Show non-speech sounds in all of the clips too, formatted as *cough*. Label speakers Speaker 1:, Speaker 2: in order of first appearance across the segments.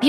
Speaker 1: 美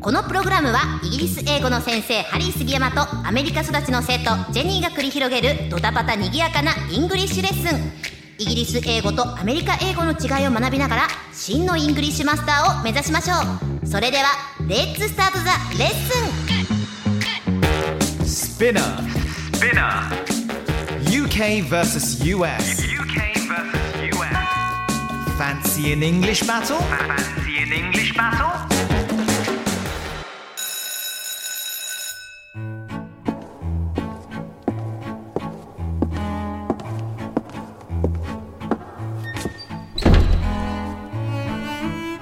Speaker 2: このプログラムはイギリス英語の先生ハリー杉山とアメリカ育ちの生徒ジェニーが繰り広げるドタパタにぎやかなイングリッシュレッスンイギリス英語とアメリカ英語の違いを学びながら真のイングリッシュマスターを目指しましょうそれではレッツスタートザレッスン
Speaker 3: Spinner.
Speaker 4: Spinner.
Speaker 3: UK versus US.
Speaker 4: UK versus US.
Speaker 3: Fancy an English battle?
Speaker 4: Fancy an English battle?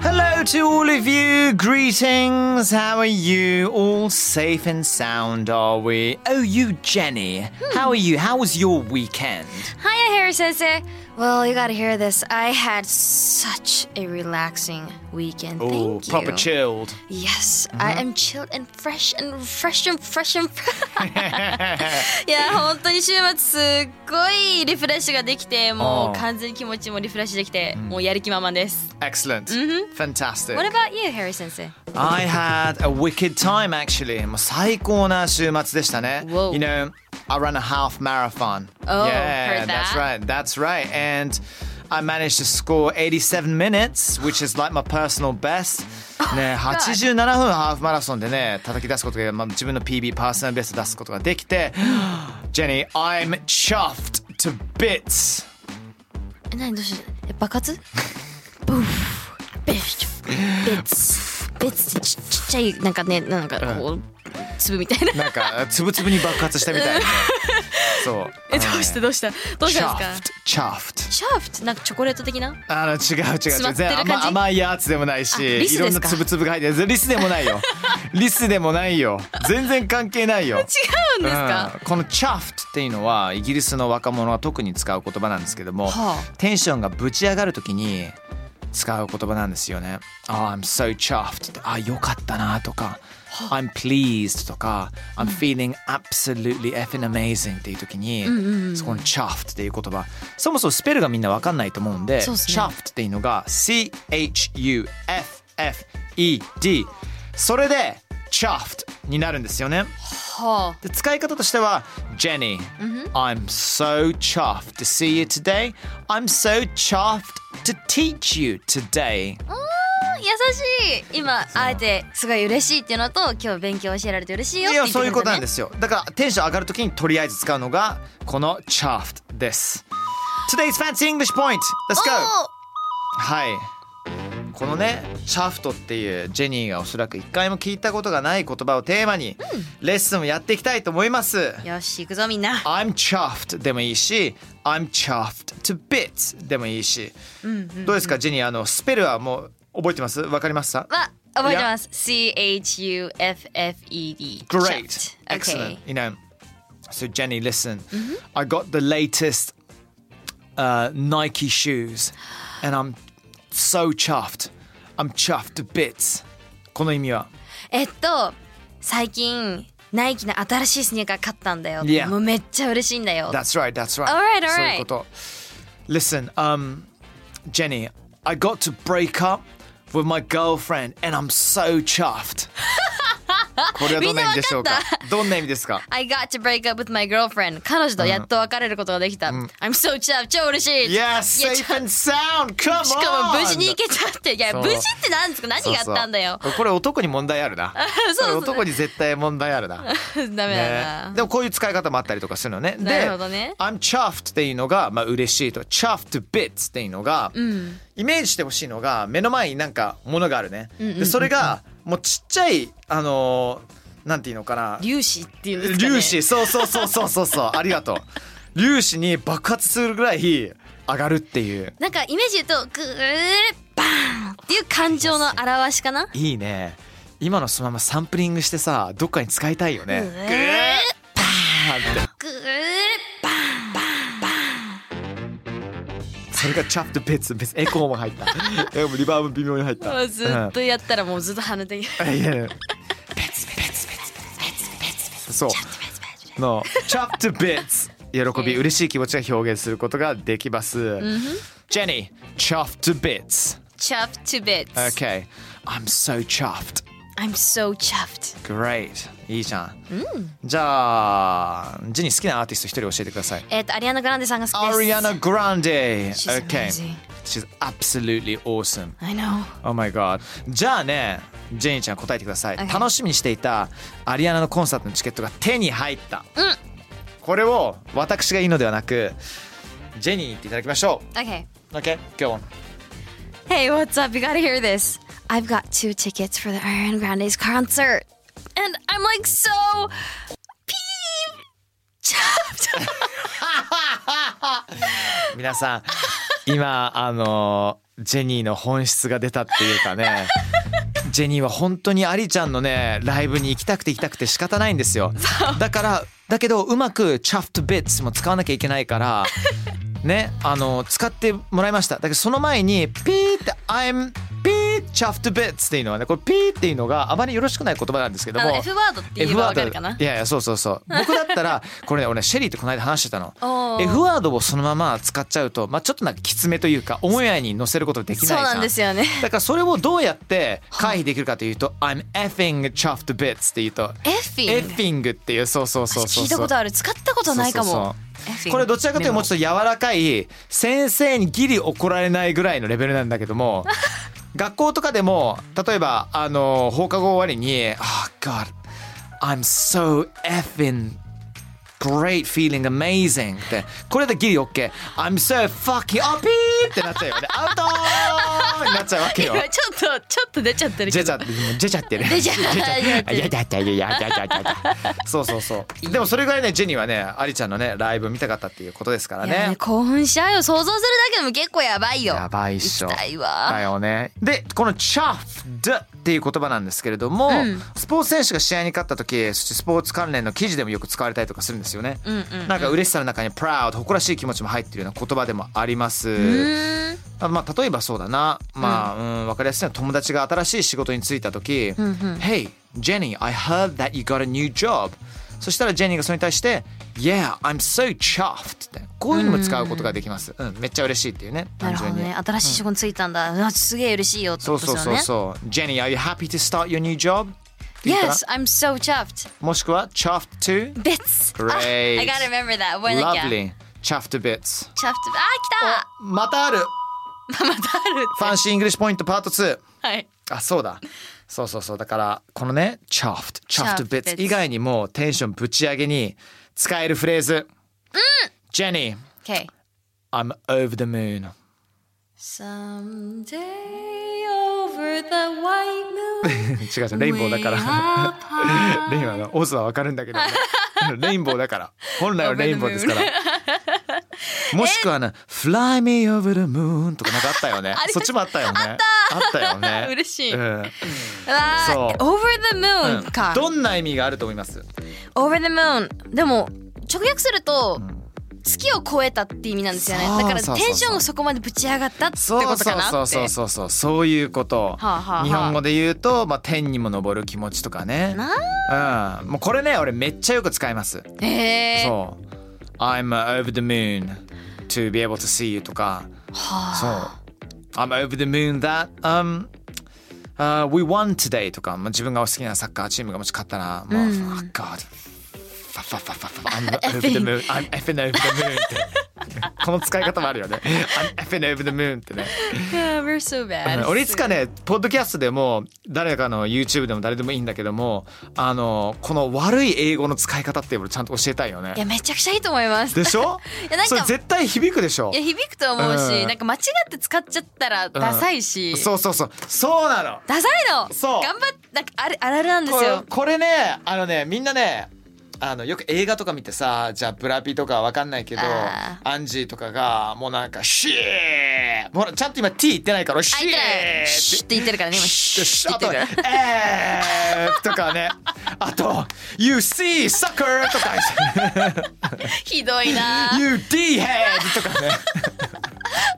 Speaker 3: Hello to all of you. Greetings. How are you? All safe and sound, are we? Oh, you, Jenny.
Speaker 5: Hmm.
Speaker 3: How are you? How was your weekend?
Speaker 5: Hiya, Harry Sensei. Well, you gotta hear this. I had such a relaxing weekend.
Speaker 3: Oh,
Speaker 5: Thank you.
Speaker 3: proper Uh-huh. chilled.
Speaker 5: Yes, I am chilled and fresh and fresh and fresh *laughs*
Speaker 3: *laughs*
Speaker 5: and fresh. いや、本当に週末すっごいリフレッシュができて、も
Speaker 3: あ
Speaker 5: う
Speaker 3: ー
Speaker 5: 完全に気持ちもリフレッシュできて、もうやる気満々です。
Speaker 3: Excellent. Fantastic.
Speaker 5: Mm-hmm. What about you, Harry Sensei?
Speaker 3: I had a wicked time actually. もう最高な週末でしたね。
Speaker 5: Whoa.
Speaker 3: You know, I ran a half marathon.
Speaker 5: Oh,
Speaker 3: yeah,
Speaker 5: heard that.
Speaker 3: that's right. That's right. And I managed to score 87 minutes, which is like my personal best.
Speaker 5: Oh
Speaker 3: ね、87分ハーフマラソンでね、叩き出すことが、まあ、自分の PB パーソナルベスト出すことができて、Jenny, I'm chuffed to bits.
Speaker 5: え、何どうしようえ、爆
Speaker 3: *laughs*
Speaker 5: 発ブーベッベッツベッツってちちっちゃい、なんかね、なんかこう、粒みたいな。
Speaker 3: なん
Speaker 5: *laughs*
Speaker 3: か、つぶつぶに爆発したみたいな。そう。
Speaker 5: え、どうしてどうしたどうしたんですか
Speaker 3: chuffed, chuffed.
Speaker 5: シャープなんかチョコレート的な
Speaker 3: あの違う違う
Speaker 5: 詰
Speaker 3: 違
Speaker 5: ま
Speaker 3: う
Speaker 5: ってる
Speaker 3: 全
Speaker 5: 感じ
Speaker 3: 甘甘いやつでもない
Speaker 5: あ
Speaker 3: し
Speaker 5: リ
Speaker 3: い
Speaker 5: ス
Speaker 3: ろ
Speaker 5: で
Speaker 3: んな
Speaker 5: すか
Speaker 3: つぶつぶが入ってるリスでもない
Speaker 5: *laughs*
Speaker 3: よリスでもないよ全然関係ないよ
Speaker 5: 違うんですか、
Speaker 3: うんこの「チャフト」っていうのはイギリスの若者が特に使う言葉なんですけども、
Speaker 5: は
Speaker 3: テンションがぶち上がるときに使う言葉なんですよね。あ、I'm so chuffed ってあ、よかったなとか、I'm pleased とか、I'm feeling absolutely effing amazing っていうときに、そこの chuffed っていう言葉、そもそもスペルがみんなわかんないと思うんで、
Speaker 5: そうっすね
Speaker 3: chuffed っていうのが C H U F F E D、それで chuffed になるんですよね。
Speaker 5: は
Speaker 3: で使い方としては Jenny、I'm so chuffed to see you today I'm so chuffed to teach you today
Speaker 5: あ優しい今あえてすごい嬉しいっていうのと今日勉強教えられて嬉し
Speaker 3: い
Speaker 5: いよって言
Speaker 3: や
Speaker 5: って
Speaker 3: そういうことなんですすよだからテンション上がるときにとりあえず使うのがこの chuffed です Today's fancy English point Let's go はいこのねシャフトっていうジェニーがおそらく一回も聞いたことがない言葉をテーマにレッスンをやっていきたいと思います、
Speaker 5: よし行くぞみんな
Speaker 3: I'm chuffed でもいいし I'm chuffed to bits でもいいし、どうですかジェニーあのスペルはもう覚えてますわかりますか
Speaker 5: は覚えてます CHUFFED
Speaker 3: Great
Speaker 5: Chuffed.
Speaker 3: excellent
Speaker 5: Okay
Speaker 3: you know so Jenny listen I got the latest uh, Nike shoes and I'm so chuffed I'm chuffed to bits この意味は
Speaker 5: えっと最近ナイキの新しいスニーカー買ったんだよ
Speaker 3: Yeah
Speaker 5: もうめっちゃ嬉しいんだよ
Speaker 3: That's right, that's right.
Speaker 5: All right, all
Speaker 3: そういう
Speaker 5: right.
Speaker 3: こと。Listen, um, Jenny, I got to break up with my girlfriend and I'm so
Speaker 5: *laughs*
Speaker 3: chuffed. これはどんな意味でしょうか
Speaker 5: みんなわか
Speaker 3: どんな意味です
Speaker 5: *laughs*
Speaker 3: か
Speaker 5: I got to break up with my girlfriend 彼女とやっと別れることができた I'm so chuffed 超嬉しい
Speaker 3: ?Yes,
Speaker 5: いやちょ
Speaker 3: safe and sound! Come on!
Speaker 5: *laughs* しかも無事に行けちゃっていや
Speaker 3: そう
Speaker 5: 無事ってなんですか何があったんだよ
Speaker 3: そうそうこれ男に問題あるな。
Speaker 5: *laughs* そう
Speaker 3: これ男に絶対問題あるな。
Speaker 5: *laughs* ダメだ
Speaker 3: ね
Speaker 5: な、
Speaker 3: でもこういう使い方もあったりとかするのね。で
Speaker 5: なるほどね
Speaker 3: I'm chuffed っていうのが、まあ、嬉しいと chuffed to bits っていうのが、イメージしてほしいのが目の前になんかものがあるね。でそれがもうちっちゃいあのーなんていうのかな
Speaker 5: 粒子っていうんですかね
Speaker 3: 粒子そうそうそうそうそうそう *laughs* ありがとう粒子に爆発するぐらい上がるっていう
Speaker 5: なんかイメージ言うとグーバーンっていう感情の表しかない
Speaker 3: いね今のそのままサンプリングしてさどっかに使いたいよねグーパーンって
Speaker 5: グー
Speaker 3: それがチャフと別別エコーも入った
Speaker 5: *laughs*
Speaker 3: えもうリバーブ微妙に入っ
Speaker 5: も
Speaker 3: た
Speaker 5: うずっとやったらもうずっと跳ねてき *laughs*
Speaker 3: うんいやいや
Speaker 5: 別別別別別
Speaker 3: そうのチャットビッツ喜び嬉しい気持ちが表現することができます。ジェニー、chuffed to bits.
Speaker 5: Chuffed to bits.
Speaker 3: Okay. I'm so chuffed.
Speaker 5: I'm so chuffed.
Speaker 3: Great. いいじゃん。じゃあ、ジェニー好きなアーティスト一人教えてください。
Speaker 5: えっと、アリアナ・グランデさんが好きです。
Speaker 3: Ariana Grande.
Speaker 5: She's
Speaker 3: okay.
Speaker 5: amazing.
Speaker 3: She's absolutely awesome.
Speaker 5: I know.
Speaker 3: Oh my god. じゃあね、ジェニーちゃん答えてください。
Speaker 5: Okay.
Speaker 3: 楽しみにしていたアリアナのコンサートのチケットが手に入った。これを私がいいのではなく、ジェニーに言っていただきましょ
Speaker 5: Okay.
Speaker 3: う。OK? Go on.
Speaker 5: Hey, what's up? You gotta hear this. I've got two tickets for the Ariana Grande's concert. And I'm like so peeved. *laughs* Chuffed.
Speaker 3: 皆さん、今、あの、ジェニーの本質が出たっていうかね。ジェニーは本当にアリちゃんのねライブに行きたくて行きたくて仕方ないんですよだからだけどうまく「チャフトビッツ」も使わなきゃいけないからねあの使ってもらいましただけどその前に「ピー」って「I'm ピーチャフトビッツ」っていうのはねこれ「ピー」っていうのがあまりよろしくない言葉なんですけど
Speaker 5: あの
Speaker 3: も
Speaker 5: F ワードって言
Speaker 3: *laughs*
Speaker 5: え
Speaker 3: F
Speaker 5: ば
Speaker 3: ワ
Speaker 5: わか
Speaker 3: ー
Speaker 5: るか
Speaker 3: ド
Speaker 5: ない
Speaker 3: やいやそうそう
Speaker 5: *laughs*
Speaker 3: そう僕だったらこれね俺ねシェリーとこの間話してたの
Speaker 5: おー
Speaker 3: F ワードをそのまま使っちゃうと、まあ、ちょっとなんかきつめというかオンエアに載せることできないじ
Speaker 5: そう
Speaker 3: ゃん
Speaker 5: なんで
Speaker 3: *laughs*
Speaker 5: すよね。
Speaker 3: だからそれをどうやって回避できるかというと「I'm effing chuffed bits」って言うと「
Speaker 5: エッフィン。
Speaker 3: effing」っていうそうそうそうそう
Speaker 5: 聞いたことある。使ったことないか
Speaker 3: そうそう
Speaker 5: も
Speaker 3: そう。
Speaker 5: エッフィン
Speaker 3: これどちらかというともうちょっと柔らかい先生にギリ怒られないぐらいのレベルなんだけど
Speaker 5: *laughs*
Speaker 3: も学校とかでも例えばあの放課後終わりに「Oh God I'm so effing great feeling amazing」ってこれでギリ OK「I'm so fucking up!」ってなっちゃうよねアウトーになっちゃうわけよ
Speaker 5: 今。 *laughs* ちょっと、ちょっと出ちゃってる
Speaker 3: ジェ
Speaker 5: け
Speaker 3: ジャ
Speaker 5: ど。
Speaker 3: ってジェジャってね。
Speaker 5: ジェジャ
Speaker 3: ジェジャって。
Speaker 5: ジ
Speaker 3: いやいやいやいやいやいやいやいや。そうそうそう。でもそれぐらいねジェニーはねアリちゃんのねライブ見たかったっていうことですから
Speaker 5: いやね
Speaker 3: ね。
Speaker 5: 興奮しちゃうよ。想像するだけでも結構やばいよ。
Speaker 3: やばいっしょ。
Speaker 5: 行きたいわ
Speaker 3: だよね。でこの chuffed っていう言葉なんですけれども、スポーツ選手が試合に勝った時、そしてスポーツ関連の記事でもよく使われたりとかするんですよね。なんか嬉しさの中に proud 誇らしい気持ちも入ってるような言葉でもあります。あまあ例えばそうだな、まあ、うん、わかりやすいのは友達が新しい仕事に就いた時、Hey, Jenny, I heard that you got a new job. そしたらジェニーがそれに対して、Yeah, I'm so chuffed ってこういうのも使うことができます。うん、めっちゃ嬉しいっていうね、単
Speaker 5: なるほ
Speaker 3: 純
Speaker 5: ど
Speaker 3: に。
Speaker 5: ね。新しい仕事についたんだ。うわすげえ嬉しいよって
Speaker 3: そ
Speaker 5: こ
Speaker 3: う
Speaker 5: と
Speaker 3: そう
Speaker 5: ですよ
Speaker 3: そう
Speaker 5: ね。
Speaker 3: そう。Jenny, are you happy to start your new job? って言ったら
Speaker 5: Yes, I'm so chuffed.
Speaker 3: もしくは chuffed to
Speaker 5: Bits.
Speaker 3: Great.
Speaker 5: *laughs* I gotta remember that.覚えなきゃ。
Speaker 3: lovely chuffed to bits。
Speaker 5: chuffed. あ、
Speaker 3: またある
Speaker 5: 来 *laughs* た。またある
Speaker 3: ファンシーイングリッシュポイントパート2。
Speaker 5: はい。
Speaker 3: あそうだそうそうそうだからこのね chuffed chuffed
Speaker 5: chuffed
Speaker 3: bits
Speaker 5: bits
Speaker 3: 以外にもテンションぶち上げに使えるフレーズ、Jenny
Speaker 5: Okay.
Speaker 3: I'm over the moon
Speaker 5: Someday over the white moon.
Speaker 3: 違う違うレインボーだから *laughs* レインボーのオズはわかるんだけど、ね、レインボーだから本来はレインボーです
Speaker 5: *laughs*
Speaker 3: からもしくはね「Fly me over the moon」とかなんかあった
Speaker 5: *laughs*
Speaker 3: よねそっちもあったよねあったよね
Speaker 5: *laughs* 嬉しい
Speaker 3: うん
Speaker 5: あー
Speaker 3: そう
Speaker 5: Over the
Speaker 3: うん
Speaker 5: moon か。
Speaker 3: どんな意味があると思います
Speaker 5: Over the moon。でも直訳すると。月を超えたって意味なんですよね。
Speaker 3: そう
Speaker 5: だから
Speaker 3: そうそうそう
Speaker 5: テンションがそこまでぶち上がったって
Speaker 3: そう
Speaker 5: ことかなって。
Speaker 3: そうそうそうそうそういうこと、
Speaker 5: あはあ
Speaker 3: 日本語で言うと、まあ、天にも昇る気持ちとかねうん、もうこれね俺めっちゃよく使います、
Speaker 5: へー
Speaker 3: そう「I'm over the moon to be able to see you」とかそう「I'm over the moon that um uh, we won today」とか、まあ、自分が好きなサッカーチームがもし勝ったらもう「fuck God」ファファファフ
Speaker 5: *laughs*
Speaker 3: ァファ I'm over the moon I'm effing over the moon ってこの使い方もあるよね I'm effing over the moon ってね
Speaker 5: Yeah, We're so bad.
Speaker 3: 俺いつかねポッドキャストでも誰かの YouTube でも誰でもいいんだけどもあのこの悪い英語の使い方っていうのをちゃんと教えたいよ
Speaker 5: いや
Speaker 3: ね
Speaker 5: めちゃくちゃいいと思います。
Speaker 3: でしょ
Speaker 5: *laughs* いやなん
Speaker 3: そ
Speaker 5: か
Speaker 3: れ絶対響くでしょ
Speaker 5: いや響くと思うし、
Speaker 3: うん
Speaker 5: なんか間違って使っちゃったらダサいし、
Speaker 3: そうそうそうそうなの
Speaker 5: ダサいの
Speaker 3: そう
Speaker 5: 頑張っなんかあれあるあるなんです
Speaker 3: これ
Speaker 5: よ
Speaker 3: これねあのねみんなねあのよく映画とか見てさじゃあブラピとかわかんないけど
Speaker 5: あ
Speaker 3: アンジーとかがもうなんか「シー!」ほらちゃんと今 T 言ってないから「シー!」
Speaker 5: あシュッって言ってるからね今
Speaker 3: シ
Speaker 5: シュ
Speaker 3: ュッあ
Speaker 5: ッって
Speaker 3: と
Speaker 5: 言ってるか
Speaker 3: 「えー!」とか
Speaker 5: *laughs*
Speaker 3: ねあと「You see sucker!」とか
Speaker 5: ら *laughs* ひど
Speaker 3: 「
Speaker 5: いな
Speaker 3: You D head!」とかね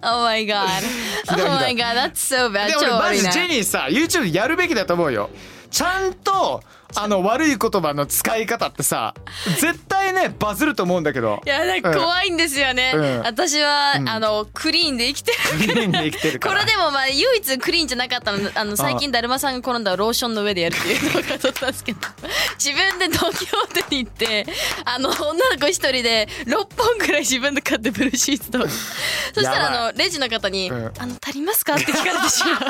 Speaker 5: Oh my god
Speaker 3: ひどい
Speaker 5: Oh my god that's so bad
Speaker 3: で
Speaker 5: 超
Speaker 3: 俺マ
Speaker 5: 悪い
Speaker 3: ジ
Speaker 5: な
Speaker 3: ジェニーさ YouTube やるべきだと思うよちゃんとあの悪い言葉の使い方ってさ絶対ねバズると思うんだけど
Speaker 5: いやなんか怖いんですよね、
Speaker 3: うん
Speaker 5: 私は、
Speaker 3: ん
Speaker 5: あのクリーンで生きてる
Speaker 3: クリーンで生きてるか
Speaker 5: こ
Speaker 3: ら
Speaker 5: れでもまあ唯一クリーンじゃなかったのあの最近だるまさんが転んだローションの上でやるっていう動画撮ったんですけど *laughs* 自分で東京でに行ってあの女の子一人で6本くらい自分で買ってブルーシーツと
Speaker 3: *laughs*
Speaker 5: そした
Speaker 3: やば
Speaker 5: ら
Speaker 3: い
Speaker 5: あのレジの方に「
Speaker 3: うん
Speaker 5: あの足りますか?」って聞かれてしまうっていう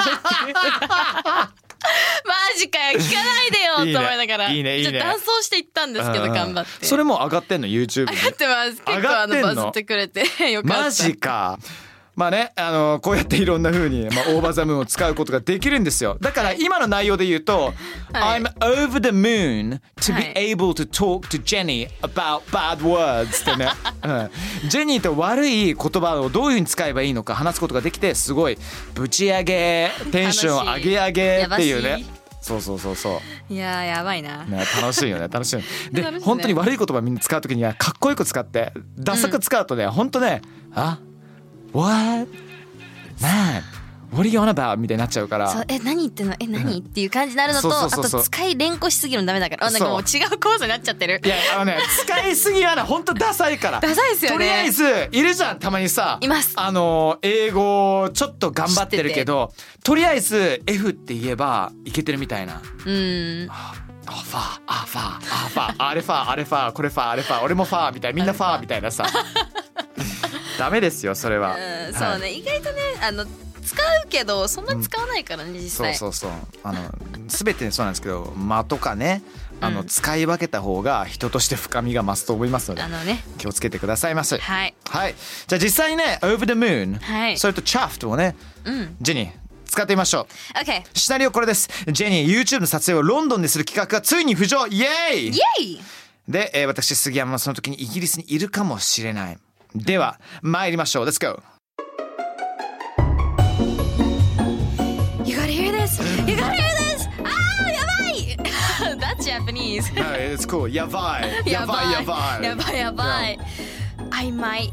Speaker 5: マジかよ聞かないでよと思いながら
Speaker 3: いいねいいねいいね
Speaker 5: ちょっと断層していったんですけど
Speaker 3: うん
Speaker 5: 頑張って
Speaker 3: それもう上がってんの YouTube に
Speaker 5: 上がってます結
Speaker 3: 上が
Speaker 5: 構
Speaker 3: っ
Speaker 5: あ
Speaker 3: てん
Speaker 5: の
Speaker 3: の
Speaker 5: バズってくれて *laughs* よかった
Speaker 3: マジかまあねあのこうやっていろんな風にまあオーバーザムーンを使うことができるんですよだから今の内容で言うと、
Speaker 5: はい
Speaker 3: I'm over the moon to
Speaker 5: は
Speaker 3: be
Speaker 5: い
Speaker 3: able to talk to Jenny about bad words
Speaker 5: *laughs*
Speaker 3: ってね、うん、ジェニーと悪い言葉をどういう風に使えばいいのか話すことができてすごいぶち上げテンション上げ上げっていう
Speaker 5: 楽
Speaker 3: ね
Speaker 5: しい
Speaker 3: そうそうそうそう
Speaker 5: いやーやばいな、
Speaker 3: ね、楽しいよ
Speaker 5: *laughs*
Speaker 3: ね楽しいよねで
Speaker 5: 楽しいね
Speaker 3: 本当に悪い言葉みんな使う時にはかっこよく使ってダサく使うとね、本当ね「あ What? Man What are you on about?」みたいになっちゃうから
Speaker 5: そうえ何言ってんのえ何っていう感じになるのと
Speaker 3: そうそうそうそう
Speaker 5: あと使い連呼しすぎるのダメだからあなんかもう違う講座になっちゃってる
Speaker 3: いやあのね使いすぎはね本当ダサいから
Speaker 5: ダサいっすよね
Speaker 3: とりあえずいるじゃんたまにさ
Speaker 5: います
Speaker 3: あの英語ちょっと頑張ってるけどとりあえず F って言えばいけてるみたいな。
Speaker 5: うん
Speaker 3: あファーあファーあファーあれファーあれファーこれファーあれファー俺もファーみたいなみんなファーみたいなさ *laughs* ダメですよそれは、
Speaker 5: うんそうね、意外とねあの使うけどそんなに使わないからね実
Speaker 3: そう
Speaker 5: 際
Speaker 3: そうそうあの全てそうなんですけど間とかねあの、
Speaker 5: うん
Speaker 3: 使い分けた方が人として深みが増すと思いますので
Speaker 5: あのね
Speaker 3: 気をつけてくださいませはい、
Speaker 5: はい
Speaker 3: じゃあ実際にね Over the Moon、
Speaker 5: はい
Speaker 3: それと Chaft をね
Speaker 5: うん
Speaker 3: ジェニー使ってみましょう
Speaker 5: OK
Speaker 3: シナリオこれですジェニー YouTube の撮影をロンドンでする企画がついに浮上イエイ
Speaker 5: イエイ
Speaker 3: で、えー私杉山はその時にイギリスにいるかもしれないでは参りましょう Let's go
Speaker 5: You gotta hear this You gotta hear this あーやばい *laughs* That's Japanese
Speaker 3: It's cool やばい
Speaker 5: やば
Speaker 3: *laughs*
Speaker 5: い
Speaker 3: やばい
Speaker 5: やばいやばい I might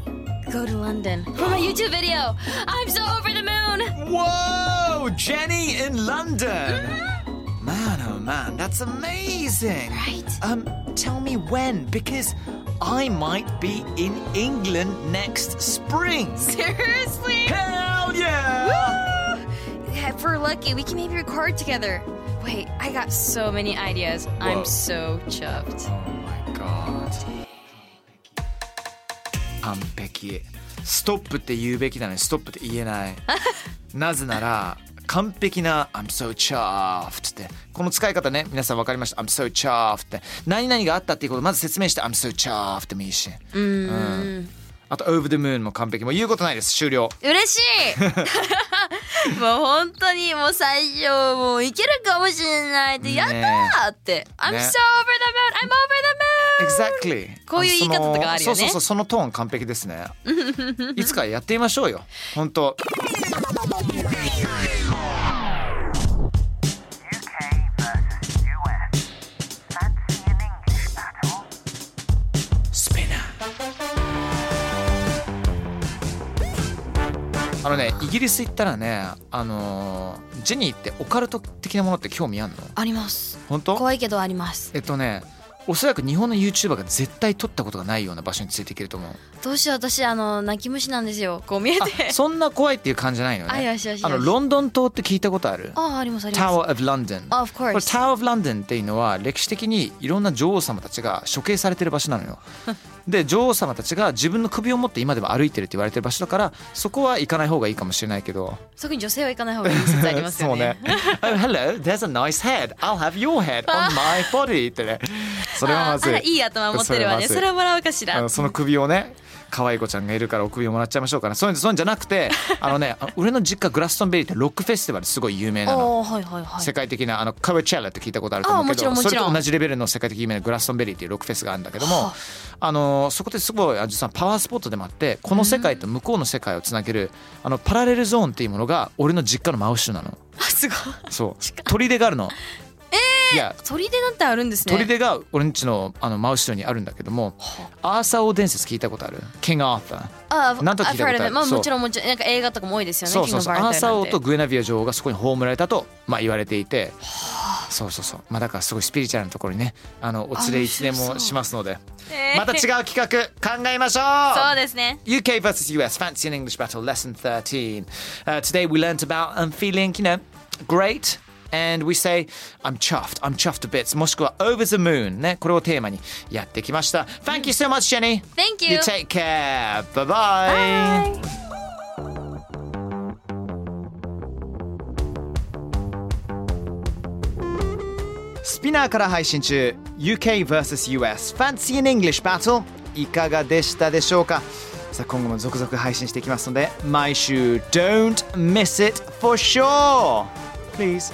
Speaker 5: go to London for my YouTube video I'm so over the moon *laughs*
Speaker 3: Whoa Jenny in London Man oh man that's amazing
Speaker 5: Right
Speaker 3: Um tell me when because I might be in England next spring
Speaker 5: Seriously
Speaker 3: Hell yeah
Speaker 5: Yeah, if we're lucky, we can maybe record together. Wait, I got so many ideas.
Speaker 3: Whoa.
Speaker 5: I'm so chuffed.
Speaker 3: Oh my god 完璧ストップって言うべきなのにストップって言え
Speaker 5: *laughs*
Speaker 3: ないなぜなら完璧な「I'm so chuffed」ってこの使い方ね皆さん分かりました「I'm so chuffed」って何々があったっていうことをまず説明して「I'm so chuffed」でもいいしうんあと「Over the Moon」も完璧もう言うことないです終了 *laughs*
Speaker 5: 嬉しい *laughs* もう本当にもう最初もういけるかもしれないって、
Speaker 3: ねえ
Speaker 5: やったーって。I'm so over the moon! I'm over the moon!
Speaker 3: Exactly
Speaker 5: こういう言い方とかあるよね
Speaker 3: そのそうそうそうそのトーン完璧です
Speaker 5: *laughs*
Speaker 3: ねいつかやってみましょうよ本当
Speaker 4: UK versus US. Fancy an English battle?
Speaker 3: スピナーあのねイギリス行ったらねあのージェニーってオカルト的なものって興味あんの
Speaker 5: あります。
Speaker 3: 本当
Speaker 5: 怖いけどあります。
Speaker 3: えっとねおそらく日本の YouTuber が絶対撮ったことがないような場所についていけると思う
Speaker 5: どうしよう、私、あの、泣き虫なんですよ。こう見えて。
Speaker 3: あそんな怖いっていう感じじゃないよね
Speaker 5: *laughs* あよしよしよし
Speaker 3: あのロンドン島って聞いたことある
Speaker 5: ああ、あります、あります。
Speaker 3: Tower of London
Speaker 5: Of
Speaker 3: これ
Speaker 5: course.
Speaker 3: Tower of London っていうのは歴史的にいろんな女王様たちが処刑されてる場所なの
Speaker 5: *laughs*
Speaker 3: よで女王様たちが自分の首を持って今でも歩いてるって言われてる場所だからそこは行かない方がいいかもしれないけど
Speaker 5: 特に女性は行かない方がいい説ありますよね。
Speaker 3: *laughs* そう Oh, hello there's a nice head I'll have your head on my body ってねそれはま
Speaker 5: あ
Speaker 3: ず
Speaker 5: あらいい頭持ってるわね。
Speaker 3: そ
Speaker 5: そ
Speaker 3: れ
Speaker 5: れ
Speaker 3: は
Speaker 5: はもらおうかし
Speaker 3: あ
Speaker 5: ら
Speaker 3: の。その首をね可愛い子ちゃんがいるからお首をもらっちゃいましょうかなそういうんそういうんじゃなくて *laughs* あのねあの俺の実家グラストンベリーってロックフェスティバルすごい有名なの。
Speaker 5: おーはいはいは
Speaker 3: 世
Speaker 5: い。
Speaker 3: 界的なあのカルチェラって聞いたことあると思うけど
Speaker 5: あもちろんも
Speaker 3: そ
Speaker 5: ち
Speaker 3: れ
Speaker 5: ろん
Speaker 3: と同じレベルの世界的有名なグラストンベリーっていうロックフェスがあるんだけども、あのそこですごいあの実はパワースポットでもあってこの世界と向こうの世界をつなげるあのパラレルゾーンっていうものが俺の実家の真後ろなの
Speaker 5: あすごい。
Speaker 3: そう砦があるの。いや
Speaker 5: 鳥でなんてあるんですね。
Speaker 3: 砦が俺んちのあの真後ろにあるんだけどもアーサー王伝説聞いたことあるキング・アーサー。
Speaker 5: あ
Speaker 3: なんと聞いたこ
Speaker 5: I've
Speaker 3: とある
Speaker 5: heard of it まあ
Speaker 3: そう
Speaker 5: もちろんもちろんなんか映画とかも多いですよね。
Speaker 3: そうそうそう
Speaker 5: キン
Speaker 3: ア
Speaker 5: グ
Speaker 3: ーサー王と
Speaker 5: バ
Speaker 3: グエナビア女王がそこに葬られたと、まあ、言われていてそうそうそうまあだからすごいスピリチュアルなところにねあのお連れ一年
Speaker 5: 面白そ
Speaker 3: も
Speaker 5: う
Speaker 3: しますので
Speaker 5: タなんて
Speaker 3: また違
Speaker 5: えー
Speaker 3: う企画考えましょ
Speaker 5: そう
Speaker 3: う
Speaker 5: ですね。
Speaker 3: UK versus US Fancy and English Battle Lesson 13. Uh, today we learnt about um, feeling, you know, great. And we say, I'm chuffed, I'm chuffed to bits. もしくは over the moon. ね、これをテーマにやってきました。Thank you so much, Jenny.
Speaker 5: Thank
Speaker 3: You
Speaker 5: you.
Speaker 3: take care. Bye bye. bye. スピナーから配信中 UK vs.US Fancy in English Battle いかがでしたでしょうかさあ今後も続々配信していきますので毎週 Don't miss it for sure Please